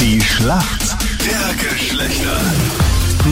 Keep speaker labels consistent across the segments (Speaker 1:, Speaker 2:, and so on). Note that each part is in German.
Speaker 1: Die Schlacht der Geschlechter.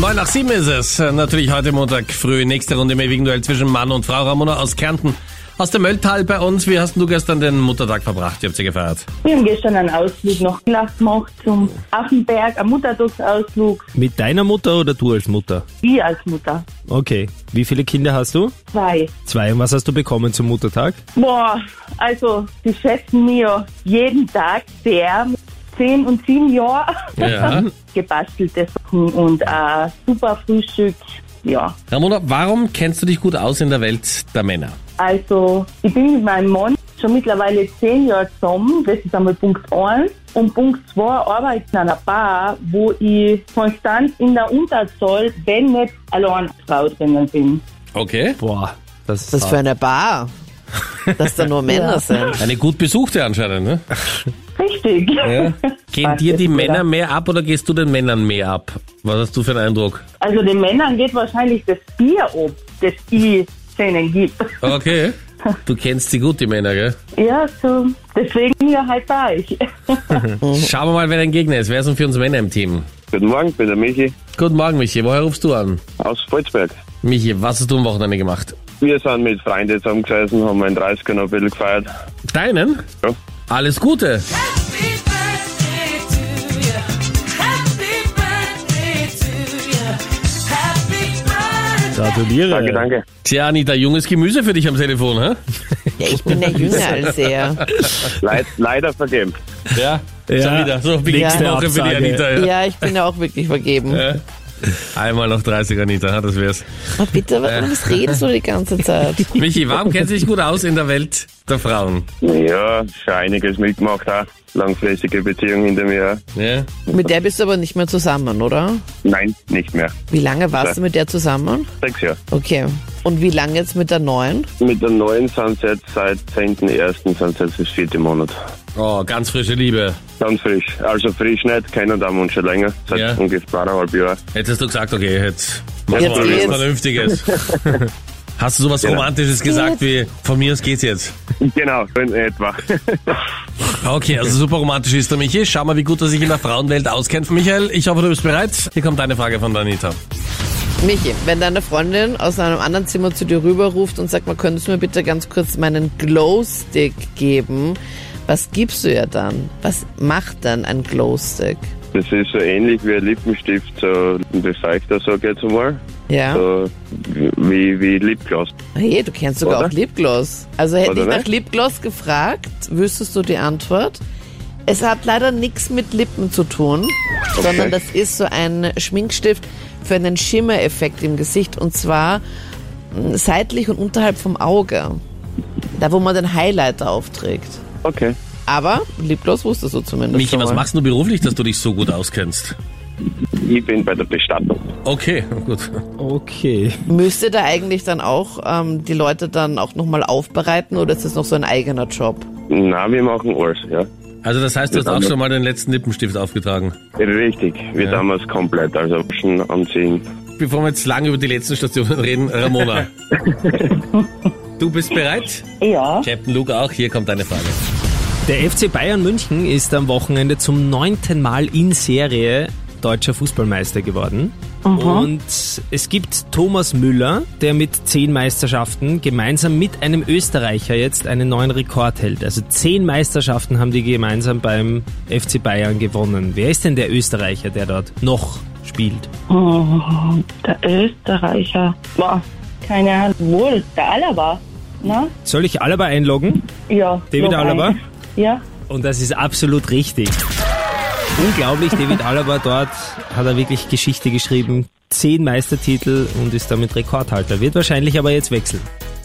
Speaker 2: 9 nach 7 ist es. Natürlich heute Montag früh. Nächste Runde im ewigen Duell zwischen Mann und Frau. Ramona aus Kärnten. Aus dem Mölltal bei uns. Wie hast denn du gestern den Muttertag verbracht? Ihr habt sie gefeiert.
Speaker 3: Wir haben gestern einen Ausflug nach Glach gemacht zum Affenberg, einen Muttertagsausflug.
Speaker 4: Mit deiner Mutter oder du als Mutter?
Speaker 3: Ich als Mutter.
Speaker 4: Okay. Wie viele Kinder hast du?
Speaker 3: Zwei.
Speaker 4: Zwei. Und was hast du bekommen zum Muttertag?
Speaker 3: Boah, also die schätzen mir jeden Tag sehr. Mit Zehn und sieben Jahre
Speaker 2: Ja.
Speaker 3: gebastelte Sachen und ein super Frühstück. Ja,
Speaker 2: Ramona, warum kennst du dich gut aus in der Welt der Männer?
Speaker 3: also ich bin mit meinem Mann schon mittlerweile zehn Jahre zusammen. Das ist einmal Punkt eins. Und Punkt zwei, arbeite in einer Bar, wo ich konstant in der Unterzahl, wenn nicht allein Frau drinnen bin.
Speaker 2: Okay.
Speaker 4: Boah, das ist
Speaker 5: Was
Speaker 4: hart.
Speaker 5: für eine Bar, dass da nur Männer sind.
Speaker 2: Eine gut besuchte anscheinend, ne?
Speaker 3: Richtig.
Speaker 2: Gehen dir die Männer mehr ab oder gehst du den Männern mehr ab? Was hast du für einen Eindruck?
Speaker 3: Also den Männern geht wahrscheinlich das Bier ab, das ich denen gibt.
Speaker 2: Okay. Du kennst sie gut, die Männer, gell?
Speaker 3: Ja, so. Deswegen bin ich ja halt da. Ich.
Speaker 2: Schauen wir mal, wer dein Gegner ist. Wer ist denn für uns Männer im Team?
Speaker 6: Guten Morgen, ich bin der Michi
Speaker 2: Guten Morgen, Michi. Woher rufst du an?
Speaker 6: aus Volzberg.
Speaker 2: Michi, was hast du am Wochenende gemacht?
Speaker 6: Wir sind mit Freunden zusammengesessen, haben meinen 30er noch ein bisschen gefeiert.
Speaker 2: Deinen?
Speaker 6: Ja.
Speaker 2: Alles Gute.
Speaker 7: Happy birthday to you. Happy birthday to you. Happy birthday.
Speaker 4: Gratuliere.
Speaker 6: Danke, danke.
Speaker 2: Tja, Anita, junges Gemüse für dich am Telefon, hä?
Speaker 5: Ja, ich bin ja jünger als er.
Speaker 6: Leid, leider vergeben.
Speaker 2: Ja. Schon
Speaker 4: Ja.
Speaker 2: wieder. So, die
Speaker 4: Nächste
Speaker 2: nächste Woche für die
Speaker 4: Absage.
Speaker 2: Anita. Ja.
Speaker 5: Ja, ich bin ja auch wirklich vergeben.
Speaker 2: Einmal noch 30, Anita, ha, das wär's.
Speaker 5: Ah, bitte, was, was redest du die ganze Zeit?
Speaker 2: Michi, warum kennst du dich gut aus in der Welt der Frauen?
Speaker 6: Ja, schon einiges mitgemacht auch. Langfristige Beziehung hinter mir. auch.
Speaker 2: Ja.
Speaker 5: Mit der bist du aber nicht mehr zusammen, oder?
Speaker 6: Nein, nicht mehr.
Speaker 5: Wie lange warst du mit der zusammen?
Speaker 6: Sechs Jahre.
Speaker 5: Okay. Und wie lange jetzt mit der neuen?
Speaker 6: Mit der neuen sind sie jetzt seit 10.01. sind sie jetzt das vierte Monat.
Speaker 2: Oh, ganz frische Liebe.
Speaker 6: Ganz frisch. Also frisch nicht, kennen da uns schon länger. Seit
Speaker 2: Ja.
Speaker 6: ungefähr eineinhalb Jahren.
Speaker 2: Jetzt hast du gesagt, okay, jetzt machen wir
Speaker 5: Jetzt
Speaker 2: mal was
Speaker 5: geht's.
Speaker 2: Vernünftiges. Hast du sowas
Speaker 6: Genau.
Speaker 2: Romantisches gesagt wie, von mir aus geht's jetzt?
Speaker 6: Genau, in etwa.
Speaker 2: Okay, also super romantisch ist der Michi. Schau mal, wie gut er sich in der Frauenwelt auskennt. Michael, ich hoffe, du bist bereit. Hier kommt eine Frage von Anita.
Speaker 5: Michi, wenn deine Freundin aus einem anderen Zimmer zu dir rüber ruft und sagt, man könntest du mir bitte ganz kurz meinen Glowstick geben, was gibst du ihr dann? Was macht dann ein Glowstick?
Speaker 6: Das ist so ähnlich wie ein Lippenstift, so ein Befeuchter, sag ich jetzt einmal.
Speaker 5: Ja.
Speaker 6: So Äh, wie, wie Lipgloss.
Speaker 5: Hey, du kennst sogar
Speaker 6: Oder?
Speaker 5: auch Lipgloss. Also hätte
Speaker 6: Oder
Speaker 5: ich nach
Speaker 6: nicht?
Speaker 5: Lipgloss gefragt, wüsstest du die Antwort? Es hat leider nichts mit Lippen zu tun, sondern das ist so ein Schminkstift für einen Schimmereffekt im Gesicht und zwar mh, seitlich und unterhalb vom Auge. Da, wo man den Highlighter aufträgt.
Speaker 6: Okay.
Speaker 5: Aber Lipgloss wusstest du zumindest.
Speaker 2: Michi,
Speaker 5: schon
Speaker 2: was
Speaker 5: mal.
Speaker 2: machst du beruflich, dass du dich so gut auskennst?
Speaker 6: Ich bin bei der Bestattung.
Speaker 2: Okay, gut.
Speaker 4: Okay.
Speaker 5: Müsste da eigentlich dann auch ähm, die Leute dann auch nochmal aufbereiten oder ist das noch so ein eigener Job?
Speaker 6: Na, wir machen alles, ja.
Speaker 2: Also das heißt, du
Speaker 6: Ja,
Speaker 2: hast auch
Speaker 6: danke.
Speaker 2: schon mal den letzten Lippenstift aufgetragen.
Speaker 6: Richtig, wir
Speaker 2: Ja.
Speaker 6: damals komplett, also schon anziehen.
Speaker 2: Bevor wir jetzt lange über die letzten Stationen reden, Ramona. du bist bereit?
Speaker 3: Ja,
Speaker 2: Captain Luke auch, hier kommt deine Frage.
Speaker 4: Der FC Bayern München ist am Wochenende zum neunten Mal in Serie deutscher Fußballmeister geworden. Und es gibt Thomas Müller, der mit zehn Meisterschaften gemeinsam mit einem Österreicher jetzt einen neuen Rekord hält. Also zehn Meisterschaften haben die gemeinsam beim FC Bayern gewonnen. Wer ist denn der Österreicher, der dort noch spielt?
Speaker 3: der Österreicher. Boah, keine Ahnung. Wohl, der Alaba. Na?
Speaker 4: Soll ich Alaba einloggen?
Speaker 3: Ja.
Speaker 4: David
Speaker 3: noch
Speaker 4: Alaba?
Speaker 3: ein. Ja.
Speaker 4: Und das ist absolut richtig. Unglaublich, David Alaba dort hat er wirklich Geschichte geschrieben. Zehn Meistertitel und ist damit Rekordhalter. Wird wahrscheinlich aber jetzt wechseln.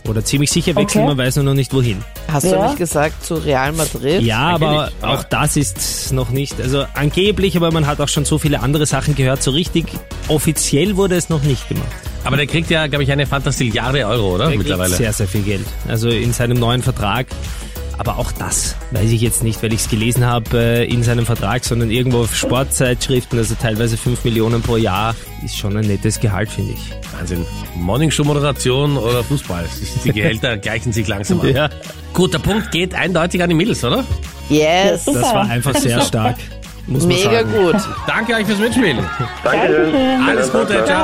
Speaker 4: Oder ziemlich sicher wechseln,
Speaker 3: Okay.
Speaker 4: man weiß nur noch nicht wohin.
Speaker 5: Hast du
Speaker 3: Ja.
Speaker 5: nicht gesagt zu Real Madrid?
Speaker 4: Ja, aber
Speaker 2: natürlich.
Speaker 4: auch das ist noch nicht. Also angeblich, aber man hat auch schon so viele andere Sachen gehört. So richtig offiziell wurde es noch nicht gemacht.
Speaker 2: Aber der kriegt ja, glaube ich, eine Fantastilliarde Euro, oder?
Speaker 4: Er kriegt
Speaker 2: Mittlerweile.
Speaker 4: Sehr, sehr viel Geld. Also in seinem neuen Vertrag. Aber auch das weiß ich jetzt nicht, weil ich es gelesen habe äh, in seinem Vertrag, sondern irgendwo auf Sportzeitschriften, also teilweise 5 Millionen pro Jahr, ist schon ein nettes Gehalt, finde ich.
Speaker 2: Wahnsinn. Morningshow-Moderation oder Fußball. Es ist- Die Gehälter gleichen sich langsam an.
Speaker 4: Ja,
Speaker 2: Gut, der Punkt geht eindeutig an die Mädels, oder?
Speaker 5: Yes.
Speaker 3: Ja,
Speaker 4: das war einfach sehr stark.
Speaker 8: muss man
Speaker 9: Mega
Speaker 8: sagen.
Speaker 9: gut.
Speaker 6: Danke euch fürs Mitspielen.
Speaker 2: Dankeschön.
Speaker 6: Alles Gute, ciao.